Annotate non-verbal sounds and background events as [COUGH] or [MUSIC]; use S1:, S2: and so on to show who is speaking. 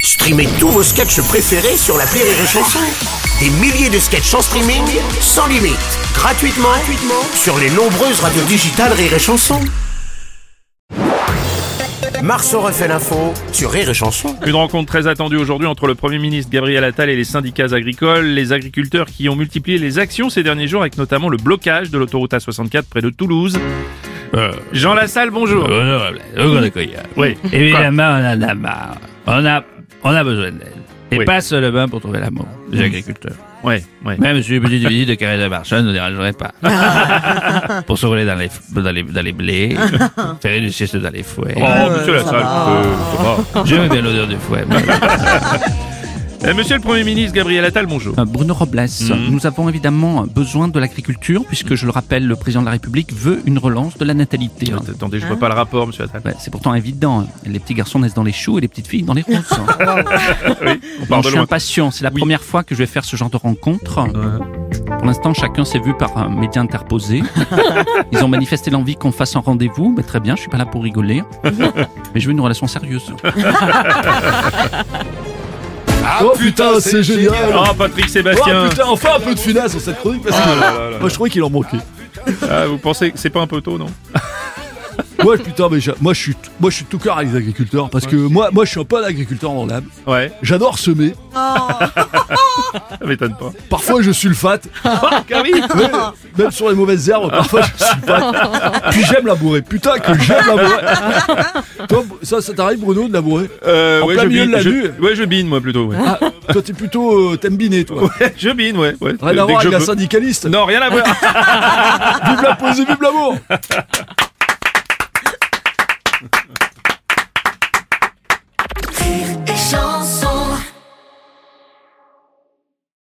S1: Streamez tous vos sketchs préférés sur la Rire et Chanson. Des milliers de sketchs en streaming, sans limite, gratuitement, gratuitement sur les nombreuses radios digitales Rire et Chanson. Marceau refait l'info sur Rire et Chanson.
S2: Une rencontre très attendue aujourd'hui entre le Premier ministre Gabriel Attal et les syndicats agricoles, les agriculteurs qui ont multiplié les actions ces derniers jours avec notamment le blocage de l'autoroute A64 près de Toulouse.
S3: Euh,
S2: Jean Lassalle, bonjour.
S4: Euh,
S3: honorable, honorable Cognard.
S2: Oui.
S3: Évidemment, on en a marre. On a, on a besoin d'aide. Et
S2: Oui. Mm.
S3: pas seulement pour trouver l'amour des agriculteurs.
S2: Ouais, ouais.
S3: Même si une
S2: [LAUGHS]
S3: petite visite de carré de marchand ne dérangerait pas. pour se voler dans les, f- dans les, dans les
S2: [LAUGHS]
S3: blés, faire une sieste dans les fouets.
S2: Oh, monsieur Lassalle, euh, ça
S3: J'aime bien l'odeur du fouet. mais-
S2: va. Euh, monsieur le Premier ministre Gabriel Attal, bonjour.
S5: Euh, Bruno Robles,
S3: Mm.
S5: nous avons évidemment besoin de l'agriculture, puisque je le rappelle, le président de la République veut une relance de la
S4: Ah,
S5: natalité. hein.
S2: Attendez, je vois pas le rapport, monsieur Attal.
S5: Ouais, c'est pourtant évident, les petits garçons naissent dans les choux et les petites filles dans les hein. roses.
S3: [LAUGHS]
S2: On part de
S5: Donc, je suis
S2: loin.
S5: impatient, c'est la
S2: Oui.
S5: première fois que je vais faire ce genre de rencontre.
S2: Euh,
S5: Pour l'instant, chacun s'est vu par un média interposé. Ils ont manifesté l'envie qu'on fasse un rendez-vous, mais très bien, je suis pas là pour rigoler. Mais je veux une relation sérieuse.
S4: Ah putain, c'est génial
S2: Oh, Patrick Sébastien.
S4: Oh putain, enfin un peu de finesse dans cette chronique parce que
S2: Ah, là, là, là.
S4: moi je croyais qu'il en manquait.
S2: Ah, vous pensez que c'est pas un peu tôt, non
S4: Moi putain, mais j'a- moi je suis, moi je suis tout cœur avec les agriculteurs parce que moi, moi je suis un peu un agriculteur dans l'âme.
S2: Ouais,
S4: J'adore semer.
S2: ça m'étonne pas.
S4: Parfois
S2: [LAUGHS]
S4: je sulfate,
S2: Ah oui
S4: même, même sur les mauvaises herbes. Parfois je sulfate. Puis j'aime labourer. Putain que j'aime labourer. Toi, ça, ça t'arrive Bruno de labourer
S2: Euh,
S4: En
S2: ouais,
S4: plein
S2: je
S4: milieu de
S2: bine,
S4: la
S2: je-
S4: nuit.
S2: Ouais, je bine, moi, plutôt. Ouais,
S4: Ah, Toi t'es plutôt euh, t'aimes biner toi.
S2: Ouais, je bine, ouais. ouais.
S4: Rien
S2: Dès
S4: à
S2: que
S4: voir
S2: je
S4: avec un
S2: peux.
S4: syndicaliste.
S2: Non, rien à voir.
S4: Vive la poésie, vive l'amour